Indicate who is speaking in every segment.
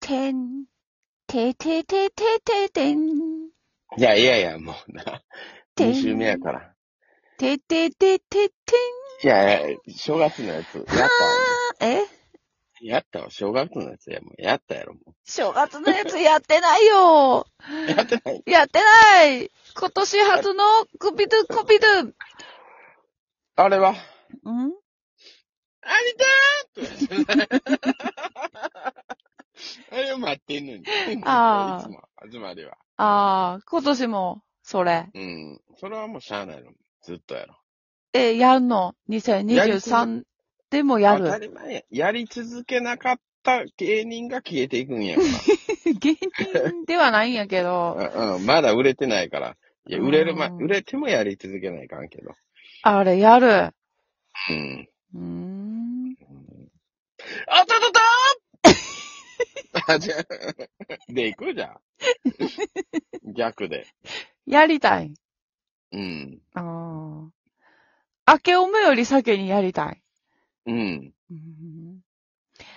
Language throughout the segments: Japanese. Speaker 1: てん。ててててててん。
Speaker 2: いやいやいや、もうな、
Speaker 1: てん
Speaker 2: 2週目やから。
Speaker 1: ててててて
Speaker 2: いやいや、正月のやつ、やったわ。
Speaker 1: ん。え
Speaker 2: やったわ、正月のやつや、もうやったやろ、も
Speaker 1: 正月のやつやってないよ。
Speaker 2: う。やってない。
Speaker 1: やってない。今年初のクビドゥクビドゥ。
Speaker 2: あれは、
Speaker 1: ん
Speaker 2: ありたーってあれを待ってんのに。
Speaker 1: あー
Speaker 2: いつも、始まりは。
Speaker 1: ああ、今年も、それ。
Speaker 2: うん。それはもうしゃあないの。ずっとやろ。
Speaker 1: え、やんの
Speaker 2: やりそう
Speaker 1: ?2023 でもや
Speaker 2: 当 た
Speaker 1: る。
Speaker 2: り前や。やり続けなかった芸人が消えていくんやか
Speaker 1: 芸人ではないんやけど。
Speaker 2: ら。うん、まだ売れてないから。いや、売れる前、
Speaker 1: うん
Speaker 2: 売れてもやり続けないかんけど。
Speaker 1: あれ、やる。
Speaker 2: うん。
Speaker 1: うーん。
Speaker 2: あたたたあ、じゃあで、行くじゃん。逆で。
Speaker 1: やりたい。
Speaker 2: うん。
Speaker 1: あー明けおめより先にやりたい。
Speaker 2: うん。
Speaker 1: うーん姉
Speaker 2: 弟の、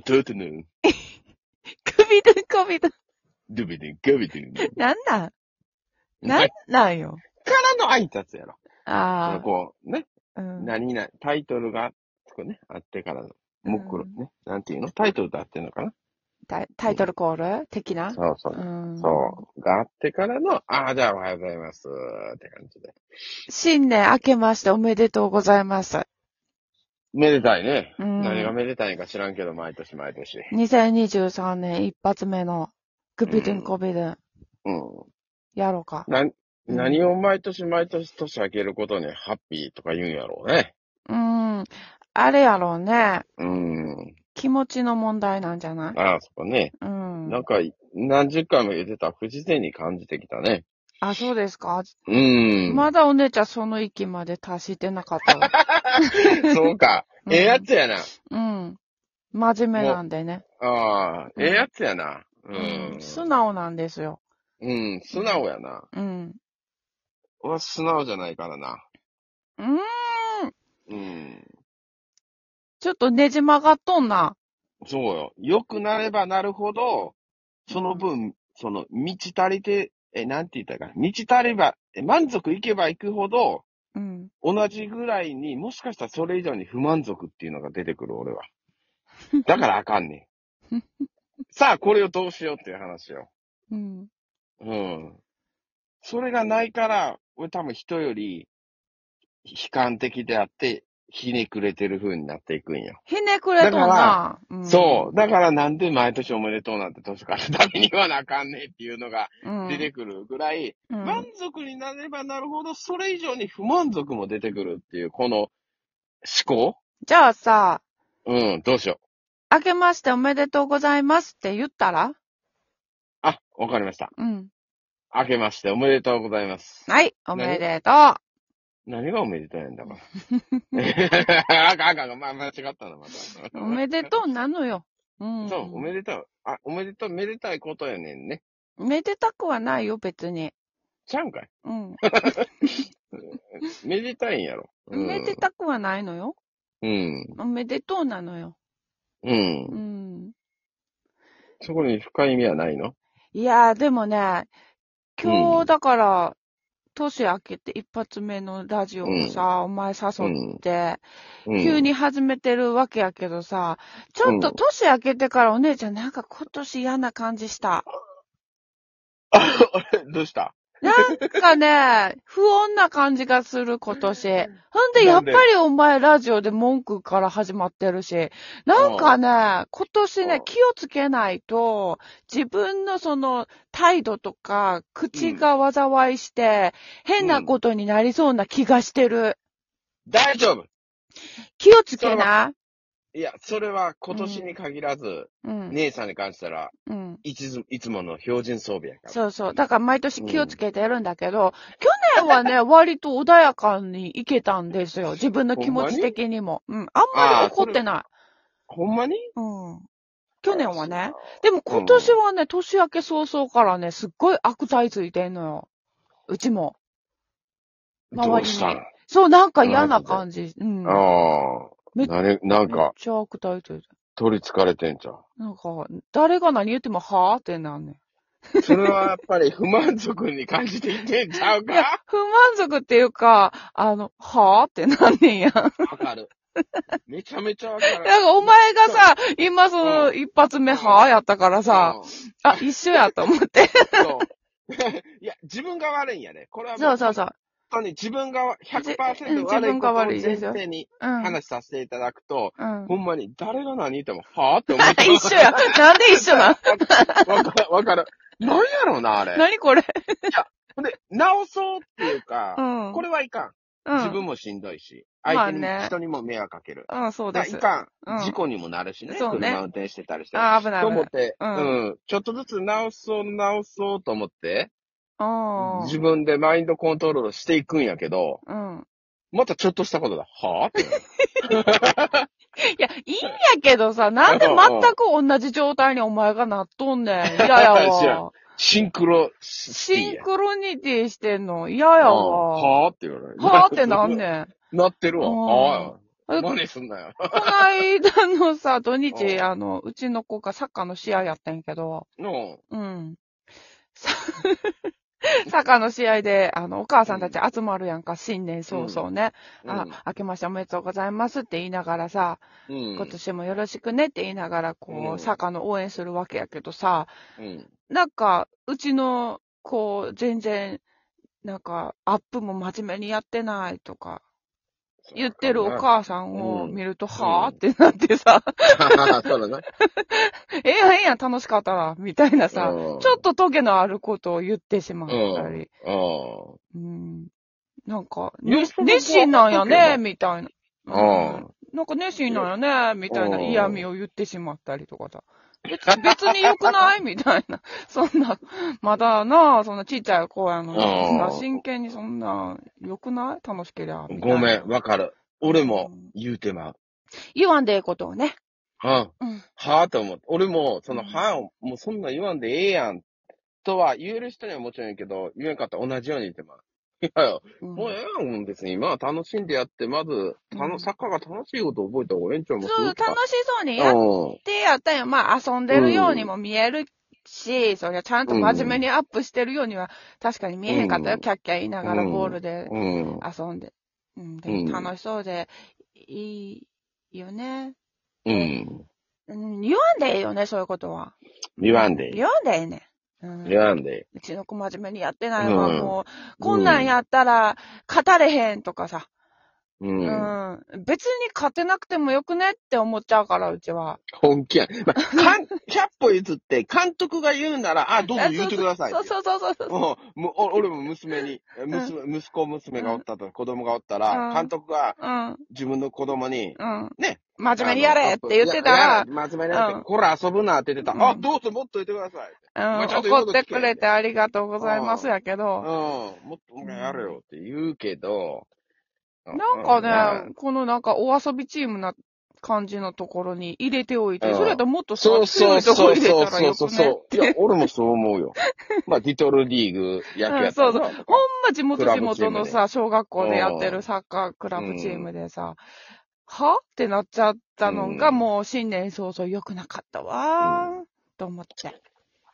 Speaker 1: と首ビドコビド。
Speaker 2: ドゥビドゥン、ガビドゥン。
Speaker 1: なんなんなんなんよ。
Speaker 2: からの挨拶やろ。
Speaker 1: あ
Speaker 2: こう、ね、
Speaker 1: あ。うん
Speaker 2: 何々、タイトルが、こうね、あってからの、もっくろ、ね、なんていうのタイトルと合ってんのかな
Speaker 1: タイタイトルコール的な
Speaker 2: そうそうう。
Speaker 1: ん
Speaker 2: そう。があってからの、ああ、じゃあおはようございます。って感じで。
Speaker 1: 新年明けましておめでとうございます。
Speaker 2: めでたいね。
Speaker 1: うん
Speaker 2: 何がめでたいんか知らんけど、毎年毎年。
Speaker 1: 2023年一発目のグビドゥンコビドゥン
Speaker 2: うん。
Speaker 1: やろうか。
Speaker 2: な、何を毎年毎年年明けることにハッピーとか言うんやろうね。
Speaker 1: うん。あれやろうね。
Speaker 2: うん。
Speaker 1: 気持ちの問題なんじゃない
Speaker 2: ああ、そこね。
Speaker 1: うん。
Speaker 2: なんか、何十回も言ってた不自然に感じてきたね。
Speaker 1: あ、そうですか、
Speaker 2: うん。
Speaker 1: まだお姉ちゃんその域まで達してなかった わ。
Speaker 2: そうか。
Speaker 1: うん
Speaker 2: ええやつやな。
Speaker 1: うん。真面目なんでね。
Speaker 2: ああ、
Speaker 1: うん
Speaker 2: ええやつやな。
Speaker 1: う
Speaker 2: う
Speaker 1: ん
Speaker 2: ん。
Speaker 1: 素直なんですよ。
Speaker 2: うん、素直やな。
Speaker 1: うん。
Speaker 2: 俺は素直じゃないからな。
Speaker 1: うーん。
Speaker 2: うん。
Speaker 1: ちょっとねじ曲がっとんな。
Speaker 2: そうよ。良くなればなるほど、その分、その、満ち足りて、え、なんて言ったかな。満ち足れば、え満足いけばいくほど、
Speaker 1: うん。
Speaker 2: 同じぐらいに、もしかしたらそれ以上に不満足っていうのが出てくる、俺は。だからあかんね ん。さあ、これをどうしようっていう話よ。
Speaker 1: うん。
Speaker 2: うん。それがないから、俺多分人より悲観的であって、ひねくれてる風になっていくんよ。
Speaker 1: ひねくれとんな
Speaker 2: だか。
Speaker 1: うん
Speaker 2: そう。だからなんで毎年おめでとうなんて年からためにはなあかんねんっていうのが
Speaker 1: うん。
Speaker 2: 出てくるぐらい、
Speaker 1: うん
Speaker 2: 満足になればなるほど、それ以上に不満足も出てくるっていう、この思考
Speaker 1: じゃあさ、
Speaker 2: うん、どうしよう。
Speaker 1: 明けましておめでとうございますって言ったら
Speaker 2: あ、わかりました。
Speaker 1: うん。
Speaker 2: 明けましておめでとうございます。
Speaker 1: はい、おめでとう。
Speaker 2: 何がおめでとうやん だから。あかんあかんあかん、まあ、間違ったな、また。
Speaker 1: おめでとうなのよ。うん。
Speaker 2: そう、おめでとう。あ、おめでとう、めでたいことやねんね。
Speaker 1: めでたくはないよ、別に。
Speaker 2: ちゃうんかい。
Speaker 1: うん。
Speaker 2: めでたいんやろ。うん、
Speaker 1: めでたくはないのよ。
Speaker 2: うん。
Speaker 1: おめでとうなのよ。
Speaker 2: うん
Speaker 1: う。ん。
Speaker 2: そこに深い意味はないの
Speaker 1: いやー、でもね、今
Speaker 2: う
Speaker 1: 日
Speaker 2: ん
Speaker 1: だから、年明けて一発目のラジオをさ、お前誘って、
Speaker 2: うん。
Speaker 1: 急に。始めてるわけやけどさ、ちょっと年明けてからお姉ちゃんなんか今年嫌な感じした。
Speaker 2: あ、俺、 どうした
Speaker 1: なんかね、不穏な感じがする今年。ほんで、や
Speaker 2: な
Speaker 1: っ
Speaker 2: ん
Speaker 1: ぱ
Speaker 2: で
Speaker 1: りお前ラジオで文句から始まってるし、なんかね、今年
Speaker 2: う
Speaker 1: ね
Speaker 2: ん、
Speaker 1: 気をつけないと、自分のその態度とか、口が災いして、変なことになりそうな気がしてる。
Speaker 2: 大丈夫
Speaker 1: 気をつけない
Speaker 2: や、それは今年に限らず、
Speaker 1: いうん。
Speaker 2: 姉さんに関したら、
Speaker 1: うん。
Speaker 2: いつ、いつもの標準装備やから。
Speaker 1: そうそう。だから毎年気をつけてるんだけど、去年は ね、割と穏やかにいけたんですよ。自分の気持ち的にも。うん。あんまり怒ってない。
Speaker 2: ほんまに
Speaker 1: うん。去年はね。。でも今年はね、年明け早々からね、すっごい悪態ついてんのよ。うちも。周りに
Speaker 2: どうしたの
Speaker 1: そう、なんか嫌な感じ。うん。
Speaker 2: ああ。
Speaker 1: め
Speaker 2: なれ、なんか、
Speaker 1: めっちゃ悪態ついてる。
Speaker 2: 取り憑かれてん じゃん。
Speaker 1: なんか、誰が何言っても、はぁってなんねん。
Speaker 2: それはやっぱり不満足に感じていってんちゃう
Speaker 1: いや
Speaker 2: か、
Speaker 1: 不満足っていうか、あの、はぁってなんねんや。なんか
Speaker 2: わかる。めちゃめちゃわかる。
Speaker 1: お前がさ、今その、
Speaker 2: う
Speaker 1: 一発目はぁやったからさ、
Speaker 2: うん
Speaker 1: あ、一緒やと思って。
Speaker 2: そう。いや、自分が悪いんやね。これは も
Speaker 1: そうそうそう。
Speaker 2: 本当に自分が
Speaker 1: じ
Speaker 2: 100%
Speaker 1: 自
Speaker 2: 悪
Speaker 1: 分
Speaker 2: いこ
Speaker 1: が
Speaker 2: とを
Speaker 1: 悪い
Speaker 2: 前
Speaker 1: ですよ
Speaker 2: 提に
Speaker 1: うん。うん。
Speaker 2: 話させていただくと、
Speaker 1: あ
Speaker 2: ほんまに誰が何言っても、はぁって思って。
Speaker 1: 一緒や。なんで一緒なん
Speaker 2: わかる、わかる。なんやろうな、あ れ。
Speaker 1: 何これ
Speaker 2: ほんで、直そうっていう
Speaker 1: う
Speaker 2: か、
Speaker 1: ん。
Speaker 2: これはいかん。
Speaker 1: うん、
Speaker 2: 自分もしんどいし、
Speaker 1: ま
Speaker 2: 相
Speaker 1: あ
Speaker 2: 手に、
Speaker 1: ね
Speaker 2: 人にも迷惑かける。
Speaker 1: うん、そう
Speaker 2: だ
Speaker 1: で
Speaker 2: い
Speaker 1: す。
Speaker 2: か
Speaker 1: うん
Speaker 2: ん、事故にもなるしね、
Speaker 1: そうね
Speaker 2: 車運転してたりして。
Speaker 1: あー、危ない
Speaker 2: と
Speaker 1: 危な
Speaker 2: 思
Speaker 1: い
Speaker 2: っ。て、
Speaker 1: う
Speaker 2: うんん、ちょっとずつ直そう、直そうと思って、
Speaker 1: うん。
Speaker 2: 自分でマインドコントロールしていくんやけど、
Speaker 1: うん。
Speaker 2: またちょっとしたことだ。はぁって なる。
Speaker 1: いや、いいんやけどさ、なんで全く同じ状態にお前がなっとんねん。 嫌や
Speaker 2: 知らん
Speaker 1: わ。
Speaker 2: シンクロシティ
Speaker 1: シン
Speaker 2: や。
Speaker 1: クロニティしてんの。嫌やわ。は
Speaker 2: はぁって言われる。
Speaker 1: ぁってなんねん。
Speaker 2: なってるわ。
Speaker 1: うん
Speaker 2: はぁ
Speaker 1: え
Speaker 2: や。
Speaker 1: こ
Speaker 2: 何すんなよ。
Speaker 1: ないだのさ、土
Speaker 2: う
Speaker 1: 日、
Speaker 2: ん
Speaker 1: あの、うちの子がサッカーの試合やってんけど、
Speaker 2: の、
Speaker 1: うん。さ サッカーの試合で、あの、お母さんたち集まるやんか、新年早々ね。
Speaker 2: うん
Speaker 1: あ、明けましておめでとうございますって言いながらさ、
Speaker 2: うん。
Speaker 1: 今年もよろしくねって言いながら、こ
Speaker 2: う
Speaker 1: う、
Speaker 2: ん
Speaker 1: サッカーの応援するわけやけどさ、
Speaker 2: うん。
Speaker 1: なんか、うちの子、全然、なんか、アップも真面目にやってないとか、言ってるお母さんを見ると、はぁってなってさ、
Speaker 2: さん。そうだな。
Speaker 1: ええやんええやん、楽しかったわ、みたいなさ、
Speaker 2: うん
Speaker 1: ちょっとトゲのあることを言ってしまっ
Speaker 2: う
Speaker 1: た
Speaker 2: ん
Speaker 1: り、。うん、なんか、
Speaker 2: いや
Speaker 1: ね
Speaker 2: そんな
Speaker 1: 熱心なんや
Speaker 2: 怖かった
Speaker 1: ね、
Speaker 2: けど
Speaker 1: みたいな。
Speaker 2: う
Speaker 1: うん
Speaker 2: ん。
Speaker 1: なんか熱心なんやね、みたいな
Speaker 2: うん
Speaker 1: 嫌味を言ってしまったりとか さ。別別に良くないみたいな。そんな、まだなあ、そんなちっちゃい子やのに、そんな
Speaker 2: うん
Speaker 1: 真剣にそんな、良くない楽しけりゃ。みたいな
Speaker 2: ごめん、。わかる。俺も言うてまう。
Speaker 1: 言わんでええことをね。
Speaker 2: うん。
Speaker 1: うん。
Speaker 2: はぁと思って。俺も、その、
Speaker 1: うん
Speaker 2: はぁを、もうそんなん言わんでええやん。とは言える人にはもちろん言うけど、言えんかったら同じように言ってまう。いやいや、
Speaker 1: うん
Speaker 2: もうええやん、別に。今は楽しんでやって、まず、た
Speaker 1: うん
Speaker 2: の、サッカーが楽しいこと覚えた方がええんちゃうも
Speaker 1: そう、楽しそうにやっ
Speaker 2: う
Speaker 1: てやったんや。まあ、遊んでるようにも見えるし、そりゃちゃんと真面目にアップしてるようには、確かに見えへんかったよ。
Speaker 2: うん
Speaker 1: キャッキャ言いながら
Speaker 2: うん
Speaker 1: ボールで
Speaker 2: ん。うん。
Speaker 1: 遊んで。うん、で
Speaker 2: うん
Speaker 1: 楽しそうで、いいよね。
Speaker 2: うん。
Speaker 1: うん、言わんでええよね、そういうことは。
Speaker 2: 言わんでええ。
Speaker 1: 言わんでええねん。うん、
Speaker 2: 言わんで
Speaker 1: うちの子真面目にやってないわ、
Speaker 2: うん
Speaker 1: もう、こんなんやったら、勝たれへんとかさ。
Speaker 2: ええ。う。
Speaker 1: うんん。別に勝てなくてもよくねって思っちゃうから、うちは。
Speaker 2: 本気や。まあ、かん、100歩譲って、監督が言うなら、あ、どうぞ
Speaker 1: あ
Speaker 2: 言ってください。
Speaker 1: そうそうそうそうそう。
Speaker 2: うん、 もうお俺も娘に、え娘、息子、娘がおったと、子供がおった
Speaker 1: うん
Speaker 2: ら、監督が
Speaker 1: うん、
Speaker 2: 自分の子供に、
Speaker 1: うん。
Speaker 2: ね。
Speaker 1: 真面目にやれって言ってた
Speaker 2: ら
Speaker 1: ら、
Speaker 2: 真面目にやれ
Speaker 1: うん
Speaker 2: って、こら遊ぶなって言って
Speaker 1: うん
Speaker 2: た。あ、どうぞもっと言ってください。
Speaker 1: うん、
Speaker 2: まあちゃんと言う
Speaker 1: 怒
Speaker 2: こ
Speaker 1: っ
Speaker 2: と聞
Speaker 1: て
Speaker 2: け
Speaker 1: くれてありがとうございますやけ
Speaker 2: うん、
Speaker 1: ど、
Speaker 2: もっとお前やれよって言うけど、
Speaker 1: なんかね、このなんかお遊びチームな感じのところに入れておいて、
Speaker 2: うん
Speaker 1: それやったらもっとさ
Speaker 2: そう
Speaker 1: 強いとこ
Speaker 2: そうそう
Speaker 1: 入れ
Speaker 2: そ
Speaker 1: た
Speaker 2: う
Speaker 1: ら
Speaker 2: そう
Speaker 1: よ
Speaker 2: そ
Speaker 1: く
Speaker 2: う
Speaker 1: ね。
Speaker 2: いや、俺もそう思うよ。 まあ、リトルリーグ野球やったらな
Speaker 1: うほんま地元地元のさ、小学校でやってるサッカークラブチームでさ、はってなっちゃったのが
Speaker 2: うん
Speaker 1: もう新年早々良くなかったわー、と思って。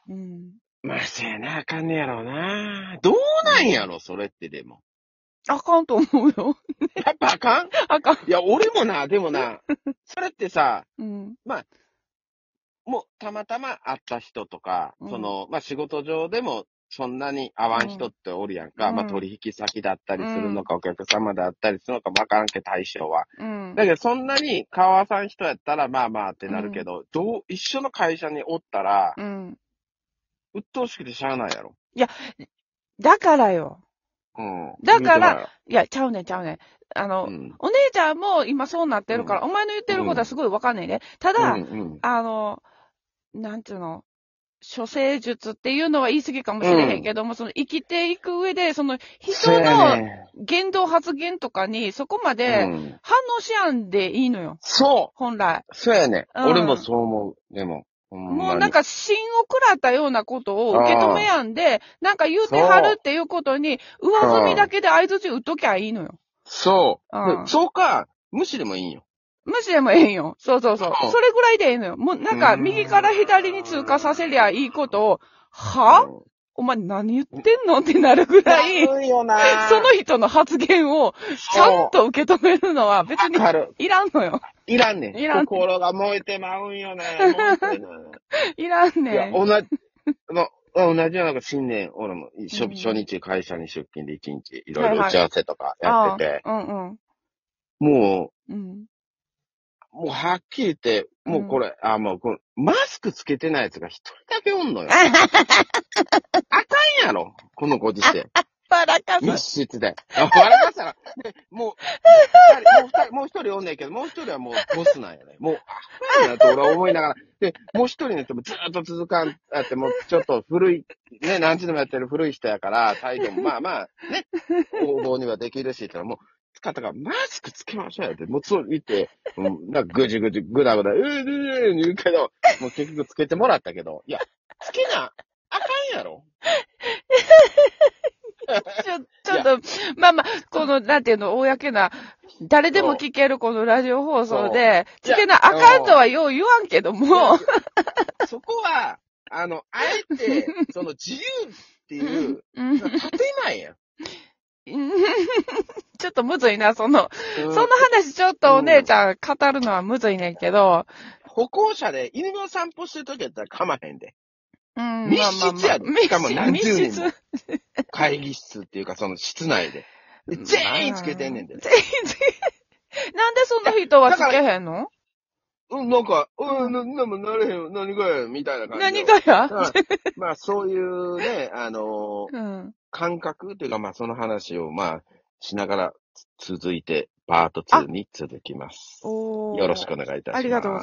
Speaker 1: うん。
Speaker 2: まあ、せやな、あかんねやろうな。どうなんやろ、それってでも。
Speaker 1: あかんと思うよ。
Speaker 2: やっぱあかん
Speaker 1: あかん。
Speaker 2: いや、俺も な、でもな、それってさ、
Speaker 1: うん。
Speaker 2: もう、たまたま会った人とか、
Speaker 1: うん
Speaker 2: その、まあ、仕事上でも、そんなに会わん人っておるやんか。
Speaker 1: うん
Speaker 2: まあ、取引先だったりするのか、お客様だったりするのか、わからんけ、対象は。
Speaker 1: うん。
Speaker 2: だけど、そんなに顔合わさん人やったら、まあまあってなるけど、どう、一緒の会社におったら、
Speaker 1: うん。
Speaker 2: 鬱陶しくてしゃあないやろ。
Speaker 1: だからよ。
Speaker 2: うん。
Speaker 1: だからいや、ちゃうねんちゃうねん。あの、
Speaker 2: 見てもらえよ、
Speaker 1: お姉ちゃんも今そうなってるから、お前の言ってることはすごいわかんないね。ただ、
Speaker 2: うん。うん、うん。
Speaker 1: あの、なんていうの、処世術っていうのは言い過ぎかもしれへんけども、その生きていく上で、その人
Speaker 2: そうや
Speaker 1: の
Speaker 2: ね
Speaker 1: 言動発言とかにそこま
Speaker 2: う
Speaker 1: で
Speaker 2: ん
Speaker 1: 反応しやんでいいのよ、
Speaker 2: そ
Speaker 1: 本来。
Speaker 2: うそうやね、
Speaker 1: うん
Speaker 2: 俺もそう思う。でも、ほんまに。
Speaker 1: もうなんか芯を食らったようなことを受け止めやんで、なんか言うてはるっていうことに、上積みだけで相槌打っときゃいいのよ。
Speaker 2: そうう。
Speaker 1: ん
Speaker 2: そうか、無視でもいいんよ。
Speaker 1: 無視でもええんよ。そうそうそう
Speaker 2: う。ん
Speaker 1: それぐらいでええのよ。もうなんか、右から左に通過させりゃいいことを、はぁ
Speaker 2: うん
Speaker 1: お前何言ってんのってなるぐらい、
Speaker 2: 悪いよな
Speaker 1: その人の発言をちゃんと受け止めるのは別
Speaker 2: そう
Speaker 1: に
Speaker 2: わかる。
Speaker 1: いらんのよ。
Speaker 2: いらんねん。
Speaker 1: いらん
Speaker 2: 心が燃えてまうんよね。燃えてるのよ
Speaker 1: いらん
Speaker 2: い
Speaker 1: ね
Speaker 2: や、
Speaker 1: ん。
Speaker 2: 同じ、の同じような新年、俺も初,、初日会社に出勤で一日いろいろ打ち合わせとかやってて、
Speaker 1: うんうん。
Speaker 2: も
Speaker 1: うん。
Speaker 2: う、もうはっきり言って、もうこれ、あ、もうこれ、マスクつけてないやつが一人だけおんのよ。あかんやろ、このご時世。
Speaker 1: ばらか
Speaker 2: 密
Speaker 1: す。
Speaker 2: 室で。あ、笑いましたら、でもう、二人、もう二人、もう一人おんねんけど、もう一人はもうボスなんやね。もう、あ、なんやなと俺は思いながら。で、もう一人の人もずーっと続かん、あって、もうちょっと古い、ね、何時でもやってる古い人やから、態度もまあまあ、ね、応募にはできるし、ってもう、使ったから、マスクつけましょうよって、もうそう言って、うん、なんかぐじぐじ、ぐだぐだ、うーうーうー言うけど、もう結局つけてもらったけど、いや、つけな、あかんやろ。
Speaker 1: ちょ、ちょっと、まあまあ、この、なんていうの、公な、誰でも聞けるこのラジオ放送で、
Speaker 2: そ
Speaker 1: つ
Speaker 2: う
Speaker 1: けなあかんとはよう言わんけども、
Speaker 2: そこは、あの、あ えて、その自由っていう、
Speaker 1: うん
Speaker 2: 建前やん。
Speaker 1: ちょっとむずいな、その、
Speaker 2: そ
Speaker 1: その話ちょっとお姉ちゃん語るのはむずいねんけど、
Speaker 2: 歩行者で犬の散歩してる時やったら構へんで。
Speaker 1: うん、
Speaker 2: 密室やでしかも何十人
Speaker 1: 密
Speaker 2: も
Speaker 1: 室。
Speaker 2: 会議室っていうか、その室内で。で全員つけてんねんで。
Speaker 1: 全員つけなんでその人はつけへんの
Speaker 2: うん、なんか、うん、な、なんもなれへんよ、何がや、みたいな感じ
Speaker 1: 何
Speaker 2: で。
Speaker 1: がや
Speaker 2: うんまあ、そういうね、あのー
Speaker 1: うん。
Speaker 2: 感覚というか、まあ、その話を、まあ、しながらつ続いて、パート2に続きます。
Speaker 1: おー
Speaker 2: よろしくお願いいたします。
Speaker 1: ありがとうございます